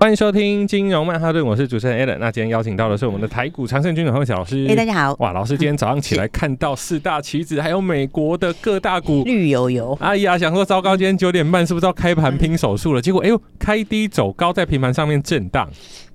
欢迎收听金融曼哈顿，我是主持人 Alan。那今天邀请到的是我们的台股常胜军的侯小老师。哎、大家好，哇，老师今天早上起来看到四大棋子，还有美国的各大股，绿油油，哎呀，想说糟糕，今天九点半是不是要开盘拼手速了？结果哎呦，开低走高，在平盘上面震荡，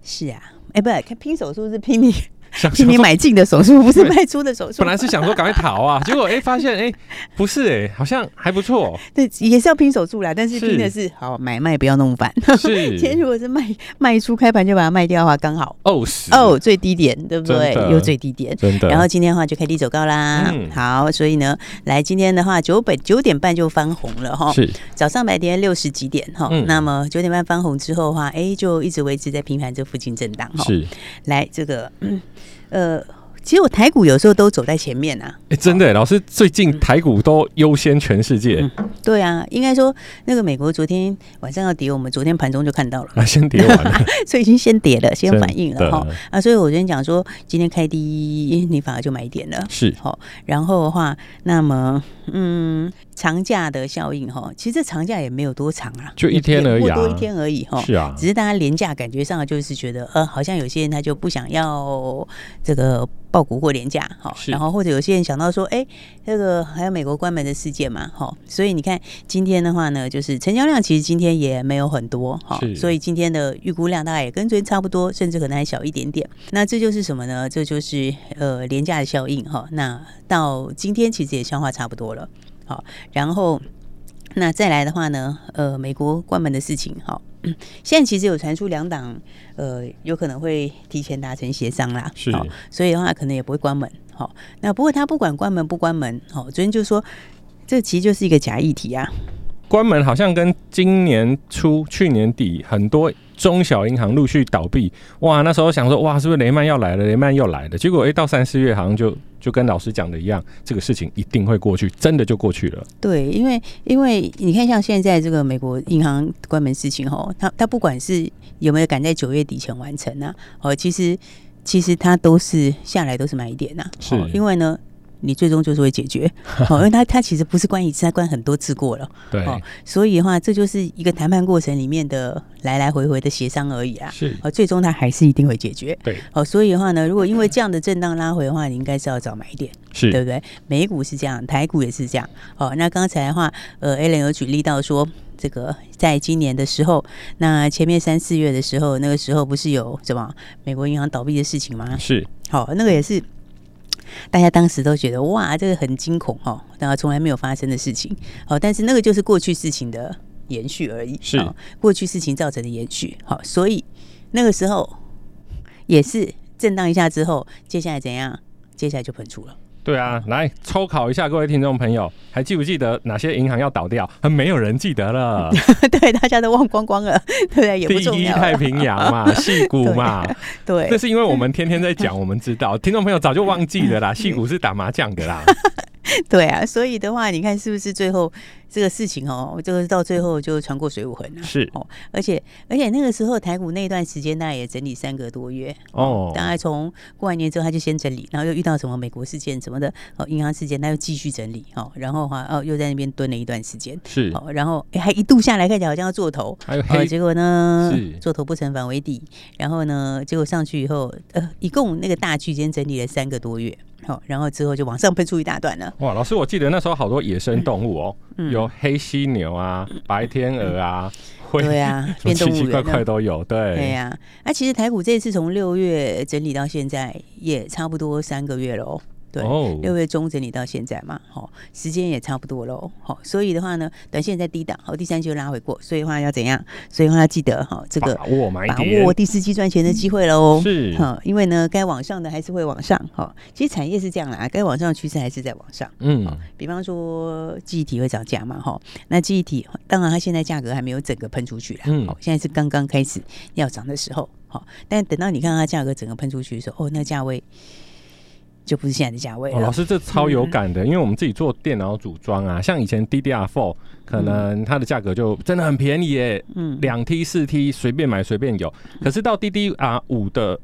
是啊，哎、不，看拼手术是拼你想拼你说买进的手术，不是对卖出的手术，本来是想说赶快逃啊，结果哎发现哎不是哎，好像还不 错，对，也是要拼手术啦，但是是拼的是好买卖不要弄反。今天是如果是卖卖出开盘就把它卖掉的话，刚好哦死哦，最低点对不对真的？有最低点。真的，然后今天的话就开低走高啦，嗯好，所以呢，来今天的话九本九点半就翻红了哈，是早上白天六十几点哈，嗯那么九点半翻红之后的话，哎，就一直维持在平盘这附近震荡哈，是来这个， 嗯呃，其实我台股有时候都走在前面啊。哎真的，老师最嗯近台股都优先全世界对啊，应该说那个美国昨天晚上要跌，我们昨天盘中就看到了， 啊，先跌完了，所以已经先跌了，先反应真的了哈。啊，所以我昨天讲说，今天开低，你反而就买一点了。是好，然后的话，那么嗯，长假的效应哈，其实这长假也没有多长啊，就一天而已啊也不过多一天而已哈。是啊，只是大家廉价感觉上就是觉得，呃，好像有些人他就不想要这个报国过廉价，哈，是然后或者有些人想到说，哎、这个还有美国关门的事件嘛，哈，所以你看今天的话呢，就是成交量其实今天也没有很多，哈是，所以今天的预估量大概也跟昨天差不多，甚至可能还小一点点。那这就是什么呢？这就是呃廉价的效应，哈，那到今天其实也消化差不多了，好，然后。那再来的话呢，呃，美国关门的事情，哈、 现在其实有传出两党，呃，有可能会提前达成协商啦，是哦，所以的话可能也不会关门，好、那不过他不管关门不关门，好、昨天就说这其实就是一个假议题啊，关门好像跟今年初、去年底很多中小银行陆续倒闭，哇，那时候想说哇，是不是雷曼要来了？雷曼又来了，结果诶，到三四月好像就就跟老师讲的一样，这个事情一定会过去，真的就过去了。对，因为因为你看像现在这个美国银行关门事情，吼，他他不管是有没有赶在九月底前完成啊，哦，其实其实他都是下来都是买点呐、啊，是哦因为呢。你最终就是会 解决，好、因为他他其实不是关一次，他关很多次过了，对，哦，所以的话，这就是一个谈判过程里面的来来回回的协商而已啊。是，哦，最终它还是一定会解决。对，哦，所以的话呢，如果因为这样的震荡拉回的话，你应该是要早买一点，对是，不对？美股是这样，台股也是这样。哦，那刚才的话，呃 a l n 有举例到说，这个在今年的时候，那前面三四月的时候，那个时候不是有什么美国银行倒闭的事情吗？是，好、那个也是大家当时都觉得哇，这个很惊恐哦，然后从来没有发生的事情。好、但是那个就是过去事情的延续而已，是哦过去事情造成的延续。好、所以那个时候也是震荡一下之后，接下来怎样？接下来就喷出了。对啊。来抽考一下各位听众朋友，还记不记得哪些银行要倒掉？啊没有人记得了，对，大家都忘光光了，对不 对？也第不重一要太了。平洋 嘛，戏谷嘛，对这，是因为我们天天在讲，我们知道，听众朋友早就忘记了 啦，戏谷是打麻将的啦。对啊，所以的话，你看是不是最后这个事情哦，这个到最后就穿过水舞痕啊？是哦，而且而且那个时候台股那段时间，大概也整理三个多月，哦大概从过完年之后，他就先整理，然后又遇到什么美国事件什么的，哦，银行事件，他又继续整理，哦，然后哈、哦，又在那边蹲了一段时间，是哦，然后诶还一度下来，看起来好像要做头。还有哦，黑结果呢哎是，做头不成反为底，然后呢，结果上去以后，呃，一共那个大区间整理了三个多月，好、然后之后就往上喷出一大段了。哇，老师，我记得那时候好多野生动物哦，嗯有黑犀牛啊、白天鹅啊，灰，对啊 什么变动奇物奇园怪怪啊。都有。对，对啊呀、那、其实台股这一次从六月整理到现在，也差不多三个月了哦。对，哦六月中整理到现在嘛，好、时间也差不多喽，好、所以的话呢，短线在低档，好、第三季就拉回过，所以的话要怎样？所以的话要记得哈、这个把握买把点握第四季赚钱的嗯机会喽。是哈，因为呢，该往上的还是会往上哈、其实产业是这样啦，该往上的趋势还是在往上。嗯，比方说记忆体会涨价嘛，哈，那记忆体当然它现在价格还没有整个喷出去啦，嗯好，现在是刚刚开始要涨的时候，好，但等到你看它价格整个喷出去的时候，哦，那价位就不是现在的价位哦，了，老师这超嗯有感的，因为我们自己做电脑组装啊，像以前 DDR4，可能它的价格就真的很便宜耶，嗯，两 T 四 T 随便买随便有。可是到 DDR 五的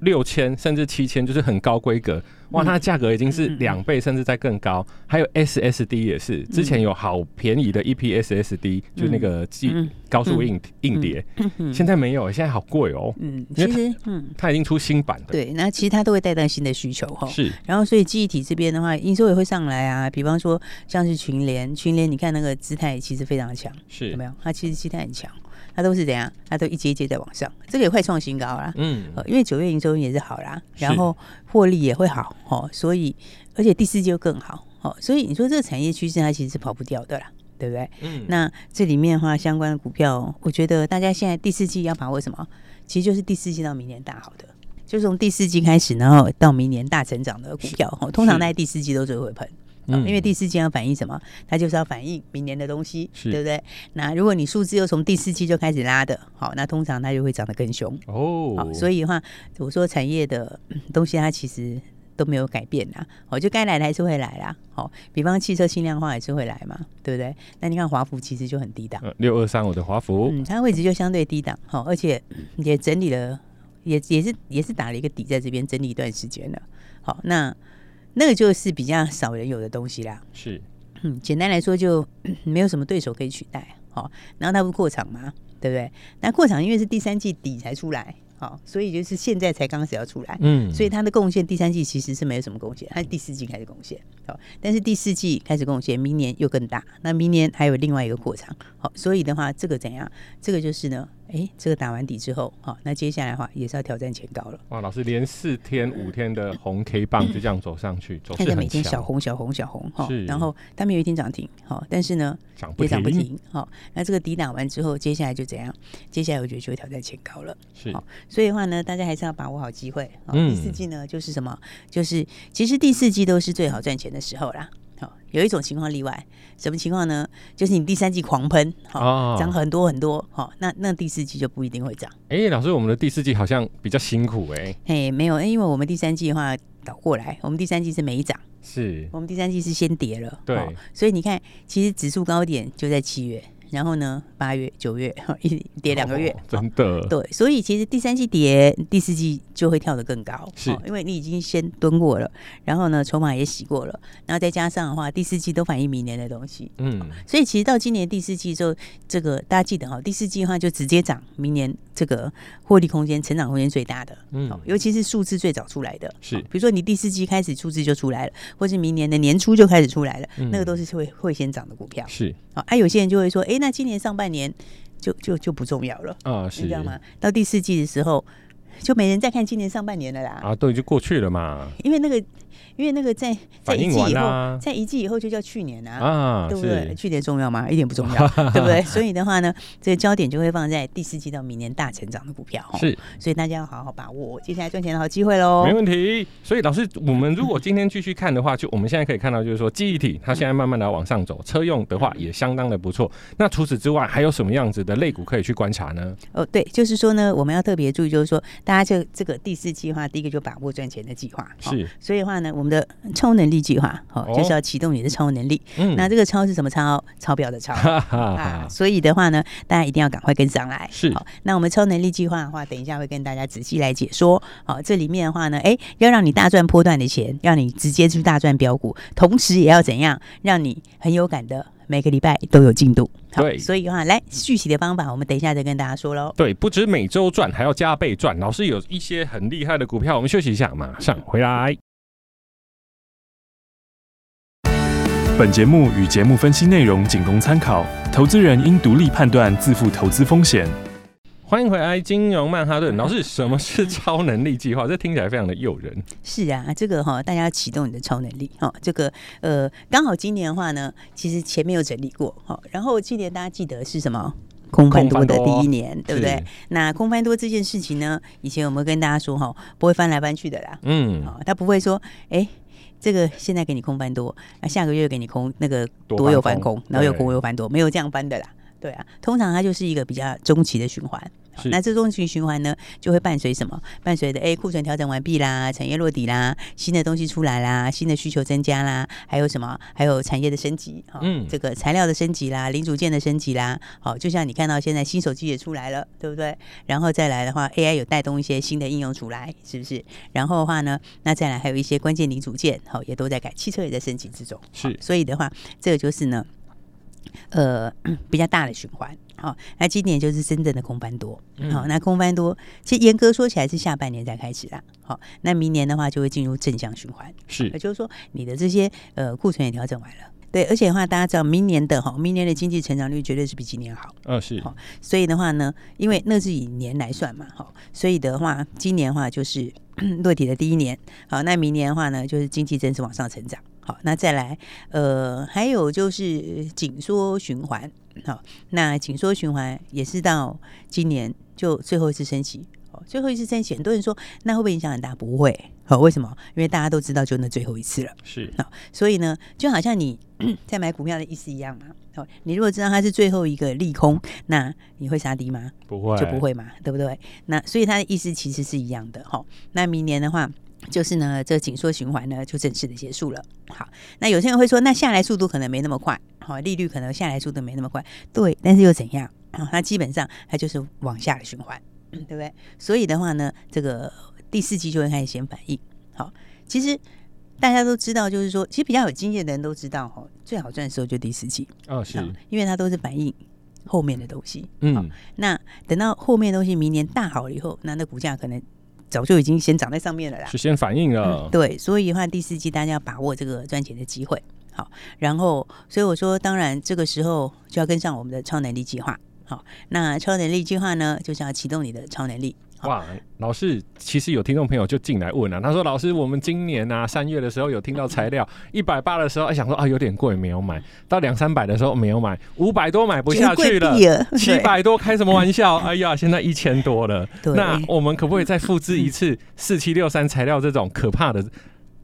六千甚至七千，就是很高规格，嗯哇，它的价格已经是两倍甚至在更高。还有 SSD 也是，之前有好便宜的一批 SSD，就是那个嗯记高速硬硬碟，现在没有，现在好贵哦。嗯，因为其实嗯，它已经出新版的，对，那哦其实它都会带动新的需求哈，是然后，所以记忆体这边的话，营收也会上来啊。比方说，像是群联，群联你看那个姿态其实非常强，有是没，有？它其实姿态很强，它都是怎样？它都一阶一阶在往上，这个也快创新高啦。嗯呃，因为九月营收也是好啦，是然后获利也会好哦，所以而且第四季又更好哦，所以你说这个产业趋势它其实是跑不掉的啦，对不对？嗯，那这里面的话，相关的股票，我觉得大家现在第四季要把握什么？其实就是第四季到明年大好的，就从第四季开始，然后到明年大成长的股票，哦通常在第四季都最会喷。哦嗯因为第四季要反映什么？它就是要反映明年的东西，是对不对？那如果你数字又从第四季就开始拉的，好，那通常它就会涨得更凶。好、哦，所以的话，我说产业的嗯东西它其实都没有改变啦，哦，就该来的还是会来啦。好、比方汽车轻量化还是会来嘛，对不对？那你看华孚其实就很低档，呃，六二三五的华孚，嗯，它位置就相对低档，好、而且嗯也整理了，也也是也是打了一个底，在这边整理一段时间了。好、那那个就是比较少人有的东西啦。是嗯，简单来说就嗯没有什么对手可以取代。好、然后它不是过场吗？对不对？那过场因为是第三季底才出来，好、所以就是现在才刚开始要出来，嗯所以它的贡献第三季其实是没有什么贡献，它是第四季开始贡献，好、但是第四季开始贡献，明年又更大，那明年还有另外一个扩场，好、所以的话这个怎样？这个就是呢，诶，这个打完底之后，好、那接下来的话也是要挑战前高了，哇，老师连四天五天的红 K 棒就这样走上去，走那势嗯个哦每很天小强，红小红小红哈、是然后它没有一天涨停，好、但是呢。涨不也涨不停，停。好、那这个抵挡完之后，接下来就怎样？接下来我觉得就会挑战前高了。是好所以的话呢，大家还是要把握好机会。好、嗯第四季呢，就是什么？就是其实第四季都是最好赚钱的时候啦。好、有一种情况例外，什么情况呢？就是你第三季狂喷，好、啊涨、很多很多，好、那那第四季就不一定会涨。哎，老师，我们的第四季好像比较辛苦哎，哎，没有，哎因为我们第三季的话倒过来，我们第三季是没涨，是我们第三季是先跌了，哦对所以你看，其实指数高点就在七月，然后呢，八月、九月 一跌两个月哦，哦真的，对，所以其实第三季跌，第四季就会跳得更高，哦是因为你已经先蹲过了，然后呢，筹码也洗过了，然后再加上的话，第四季都反映明年的东西，嗯，所以其实到今年第四季之后，这个大家记得哈、第四季的话就直接涨，明年这个获利空间、成长空间最大的，嗯哦尤其是数字最早出来的，是哦比如说你第四季开始数字就出来了，或是明年的年初就开始出来了，嗯那个都是会会先涨的股票。是好、啊，有些人就会说，诶，那今年上半年就就就不重要了，啊，你是知道吗？到第四季的时候，就没人再看今年上半年了啦。啊，都已经过去了嘛，因为那个，因为那个在在反一应季完以后，啦在一季以后就叫去年啊，啊，对不对？是去年重要吗？一点不重 要，对不对？所以的话呢，这个焦点就会放在第四季到明年大成长的股票、哦。，是所以大家要好好把握接下来赚钱的好机会喽没。问题。所以老师，我们如果今天继续看的话，就我们现在可以看到，就是说记忆体它现在慢慢的往上走，车用的话也相当的不错。那除此之外，还有什么样子的类股可以去观察呢？哦，对，就是说呢，我们要特别注意，就是说大家这这个第四计划，第一个就把握赚钱的计划。哦是所以的话呢，我们的超能力计划，哦，哦就是要启动你的超能力。嗯那这个超是什么超？超标的超。哈哈啊哈，，所以的话呢，大家一定要赶快跟上来。是好，那我们超能力计划的话，等一下会跟大家仔细来解说。好，这里面的话呢，哎，要让你大赚波段的钱，让你直接去大赚标股，同时也要怎样，让你很有感的每个礼拜都有进度。好对所以的话，来具体的方法，我们等一下再跟大家说喽。对，不止每周赚，还要加倍赚。老师有一些很厉害的股票，我们休息一下，马上回来。本节目与节目分析内容仅供参考，投资人应独立判断，自负投资风险。欢迎回来，金融曼哈顿。老 师，什么是超能力计划？这听起来非常的诱人。是啊，这个哈、大家要启动你的超能力哈、这个呃，刚好今年的话呢，其实前面有整理过哈、然后今年大家记得是什么？空翻多的第一年，对不对是？那空翻多这件事情呢，以前有没有跟大家说哈、不会翻来翻去的啦，嗯，哦，他不会说，哎、这个现在给你空翻多，那、下个月给你空那个多多又翻翻空空，然后又对空又翻多，没有这样翻的啦。对啊，通常它就是一个比较中期的循环。是那这中期循环呢，就会伴随什么？伴随着哎，库存调整完毕啦，产业落底啦，新的东西出来啦，新的需求增加啦，还有什么？还有产业的升级，哦、嗯这个材料的升级啦，零组件的升级啦，好、就像你看到现在新手机也出来了，对不对？然后再来的话，AI 有带动一些新的应用出来，是不是？然后的话呢，那再来还有一些关键零组件，好、也都在改，汽车也在升级之中，是好所以的话，这个就是呢，呃，比较大的循环。好、那今年就是真正的空翻多。好、嗯那空翻多其实严格说起来是下半年才开始啦。好、那明年的话就会进入正向循环。也是就是说你的这些呃库存也调整完了。对，而且的话，大家知道明年的哈，明年的经济成长率绝对是比今年好，呃是好所以的话呢，因为那是以年来算嘛，哈，所以的话，今年的话就是 落地的第一年，好，那明年的话呢，就是经济正式往上成长，好，那再来，呃，还有就是紧缩循环，好，那紧缩循环也是到今年就最后一次升息，哦，最后一次升息，很多人说那会不会影响很大？不会，好，为什么？因为大家都知道就那最后一次了。是所以呢，就好像你在买股票的意思一样嘛。哦，你如果知道它是最后一个利空，那你会杀低吗？不会就不会嘛，对不对？那所以它的意思其实是一样的哈、齁那明年的话。就是呢，这紧缩循环呢就正式的结束了。好，那有些人会说，那下来速度可能没那么快，好、利率可能下来速度没那么快，对，但是又怎样？好、那基本上它就是往下的循环，对不对？所以的话呢，这个第四季就会开始先反应。好、其实大家都知道，就是说，其实比较有经验的人都知道，哈、最好赚的时候就第四季，呃是好因为它都是反映后面的东西。嗯那等到后面的东西明年大好了以后，那那股价可能早就已经先涨在上面了啦。是先反应了，对，所以的话，第四季大家要把握这个赚钱的机会。好，然后所以我说，当然这个时候就要跟上我们的超能力计划。好，那超能力计划呢，就是要启动你的超能力。哇，老师，其实有听众朋友就进来问啊，他说：“老师，我们今年啊三月的时候有听到材料一百八的时候，哎想说啊有点贵，没有买；到两三百的时候没有买，五百多买不下去了贵。”毙了七对百多开什么玩笑？ 哎呀，现在一千多了。 对那我们可不可以再复制一 次四七六三材料这种可怕的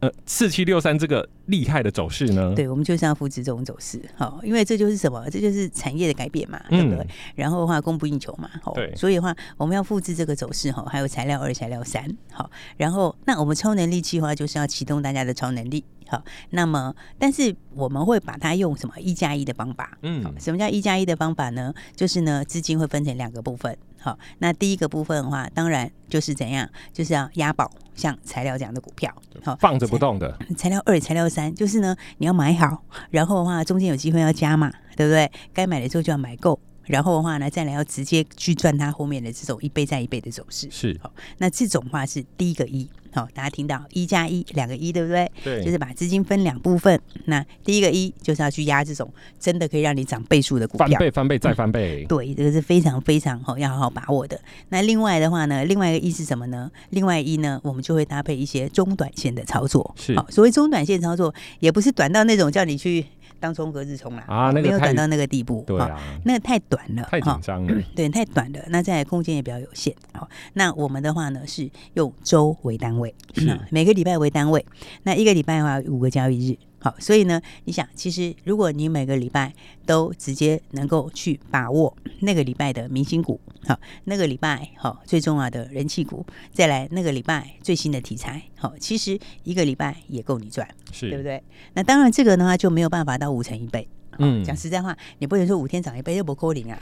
呃四七六三这个厉害的走势呢？对，我们就是要扶持这种走势，好，因为这就是什么？这就是产业的改变嘛，对不对？嗯然后的话，供不应求嘛，好对，所以的话，我们要复制这个走势，哈，还有材料二、材料三，好，然后那我们超能力计划就是要启动大家的超能力，好，那么但是我们会把它用什么一加一的方法，嗯好什么叫一加一的方法呢？就是呢，资金会分成两个部分。好，那第一个部分的话，当然就是怎样，就是要押宝，像材料这样的股票，好，放着不动的，材料二、材料三，就是呢，你要买好，然后的话，中间有机会要加码，对不对？该买的时候就要买够，然后的话呢，再来要直接去赚它后面的这种一倍再一倍的走势。是好，那这种话是第一个一，好，大家听到一加一，两个一，对不对？对就是把资金分两部分。那第一个一就是要去压这种真的可以让你涨倍数的股翻票。倍、翻倍再翻倍。嗯对，这个是非常非常好、要好好把握的。那另外的话呢，另外一个一是什么呢？另外一呢，我们就会搭配一些中短线的操作。是好、所谓中短线操作，也不是短到那种叫你去当冲隔日冲啦，啊那个没有太短到那个地步，对好啊，那个太短了，太紧好张了。对，太短了，那在空间也比较有限。好、那我们的话呢是用周为单位，是那每个礼拜为单位，那一个礼拜的话有五个交易日。好，所以呢，你想，其实如果你每个礼拜都直接能够去把握那个礼拜的明星股，好，那个礼拜好、最重要的人气股，再来那个礼拜最新的题材，好，其实一个礼拜也够你赚，是对不对？那当然，这个的话就没有办法到五成一倍，嗯讲实在话，你不能说五天涨一倍又不扣 零啊，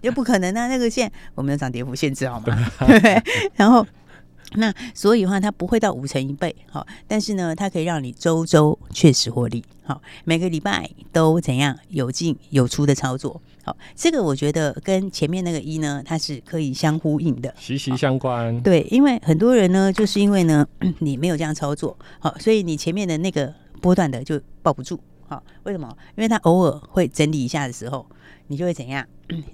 又不可能啊。那个线我们有涨跌幅限制好吗？对不 对？然后。那所以的话，它不会到五成一倍，好、但是呢，它可以让你周周确实获利，好、每个礼拜都怎样有进有出的操作，好、这个我觉得跟前面那个一呢，它是可以相呼应的，息息相关。对，因为很多人呢，就是因为呢 你没有这样操作，好、所以你前面的那个波段的就抱不住， 好、为什么？因为它偶尔会整理一下的时候，你就会怎样？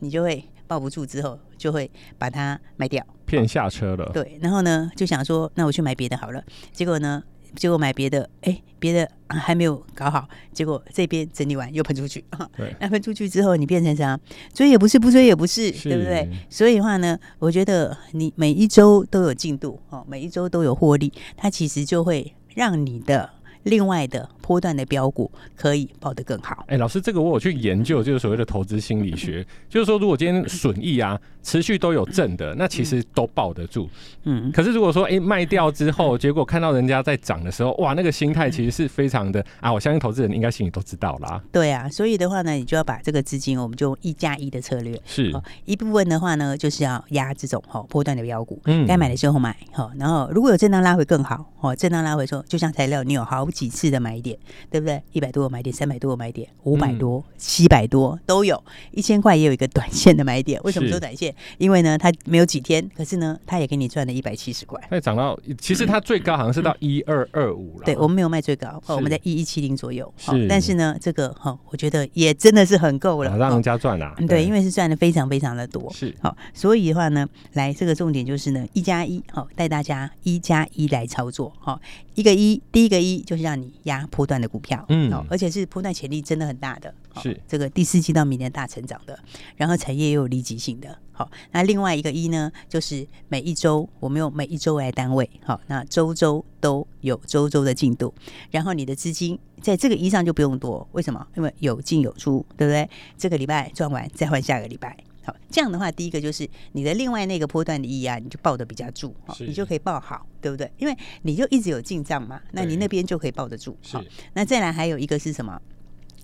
你就会。抱不住之后，就会把它卖掉。骗下车了。对，然后呢就想说，那我去买别的好了。结果呢，结果买别的，哎，别的、啊还没有搞好，结果这边整理完又喷出去。对那喷出去之后，你变成啥？追也不是，不追也不是，是对不对？所以的话呢，我觉得你每一周都有进度哦，每一周都有获利，它其实就会让你的另外的波段的标股可以报得更好。哎、老师，这个我有去研嗯究，就是所谓的投资心理学，就是说，如果今天损益啊持续都有正的，那其实都抱得住。嗯，可是如果说，哎、卖掉之后，结果看到人家在涨的时候，哇，那个心嗯态其实是非常的啊，我相信投资人应该心里都知道啦。对啊，所以的话呢，你就要把这个资金，我们就用一加一的策略。是哦，一部分的话呢，就是要压这种哦波段的标股，嗯该买的时候买哈、哦，然后如果有震荡拉回更好哦，震荡拉回说，就像材料，你有好几次的买点，对不对？一百多个买点，三百多个买点，五百嗯多、七百多都有，一千块也有一个短线的买点。为什么是说短线？因为呢，它没有几天，可是呢，它也给你赚了一百七十块。它也涨到，其实它最高好像是到一二二五了。嗯对，我们没有卖最高，是哦，我们在一一七零左右。哦是但是呢，这个哈、哦，我觉得也真的是很够了，啊让哦人家赚啦。嗯对，因为为是赚的非常非常的多。是好、所以的话呢，来这个重点就是呢，一加一，好，带大家一加一来操作，好、一个一，第一个一就是让你压波段的股票，嗯哦，而且是波段潜力真的很大的，好是这个第四季到明年大成长的，然后产业也有利即性的，好、那另外一个一呢，就是每一周我们用每一周为单位，好、那周周都有周周的进度，然后你的资金在这个一上就不用多，为什么？因为有进有出，对不对？这个礼拜赚完再换下个礼拜。好，这样的话，第一个就是你的另外那个波段的意啊，你就抱得比较住，哦是你就可以抱好，对不对？因为你就一直有进账嘛，那你对那边就可以抱得住。是好，那再来还有一个是什么？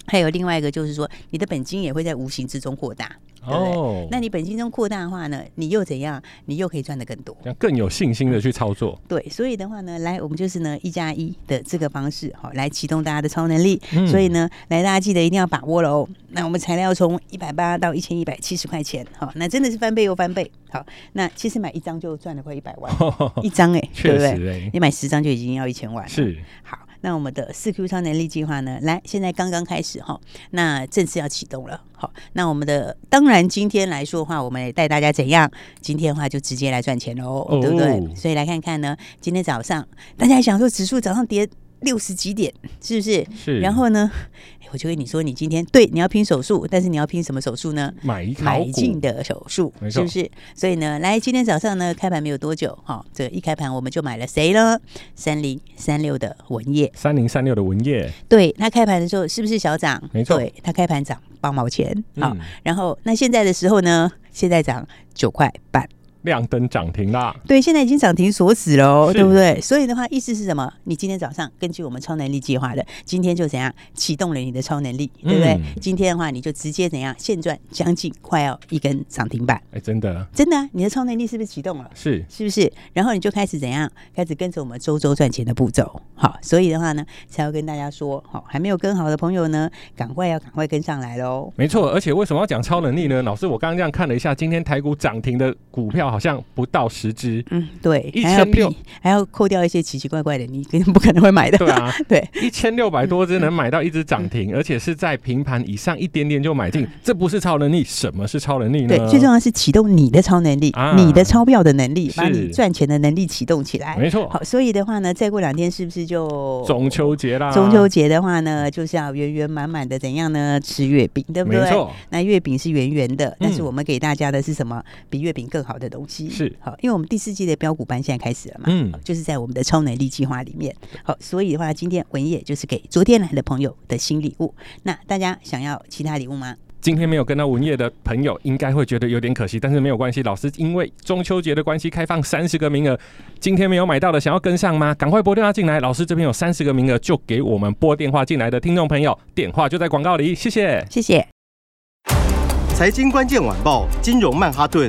还有另外一个就是说，你的本金也会在无形之中扩大。对不对哦，那你本金中扩大的话呢，你又怎样？你又可以赚得更多。这样更有信心的去操作。对，所以的话呢，来我们就是呢一加一的这个方式，好、来启动大家的超能力。嗯，所以呢，来大家记得一定要把握喽。那我们材料从一百八到一千一百七十块钱，好、那真的是翻倍又翻倍。好，那其实买一张就赚了快一百万 一张哎、对确不实对？哎、你买十张就已经要一千万了。是好，那我们的四 Q 超能力计划呢，来，现在刚刚开始哈，那正式要启动了。好，那我们的当然今天来说的话，我们也带大家怎样？今天的话就直接来赚钱喽，哦对不对？所以来看看呢，今天早上大家想说指数早上跌六十几点，是不是？是，然后呢，哎我就跟你说，你今天对你要拼手速，但是你要拼什么手速呢？买一好买股进的手术没，是不错是？所以呢，来今天早上呢，开盘没有多久，哈、这一开盘我们就买了谁呢？三零三六的文业，三零三六的文业，对，它开盘的时候是不是小涨？没错对，它开盘涨八毛钱，好、嗯，然后那现在的时候呢，现在涨九块半，亮灯涨停啦，对，现在已经涨停锁死了哦，是对不对？所以的话，意思是什么？你今天早上根据我们超能力计划的，今天就怎样启动了你的超能力，对不对？嗯今天的话，你就直接怎样现赚将近快要一根涨停板。哎、真的真的、啊，你的超能力是不是启动了？是是不是？然后你就开始怎样？开始跟着我们周周赚钱的步骤。好，所以的话呢，才要跟大家说，好，还没有跟好的朋友呢，赶快要赶快跟上来喽。没错，而且为什么要讲超能力呢？老师，我刚刚这样看了一下，今天台股涨停的股票好像不到十只。嗯，对， 1600还要避，还要扣掉一些奇奇怪怪的，你根本不可能会买的。对啊， 对一千六百多只能买到一只涨停，而且是在平盘以上一点点就买进，这不是超能力，什么是超能力呢？嗯对，最重要的是启动你的超能力，啊你的钞票的能力，把是你赚钱的能力启动起来。没错，好，所以的话呢，再过两天是不是就中秋啊节啦，中秋节的话呢，就是要圆圆满满的，怎样呢？吃月饼，对不对？没错，那月饼是圆圆的，但是嗯我们给大家的是什么？比月饼更好的东西是好，因为我们第四季的标股班现在开始了嘛，嗯好就是在我们的超能力计划里面。好，所以的话，今天文业就是给昨天来的朋友的新礼物。那大家想要其他礼物吗？今天没有跟到文业的朋友，应该会觉得有点可惜，但是没有关系。老师因为中秋节的关系，开放三十个名额，今天没有买到的，想要跟上吗？赶快拨电话进来，老师这边有三十个名额，就给我们拨电话进来的听众朋友，电话就在广告里，谢谢。谢谢。财经关键晚报，金融曼哈顿，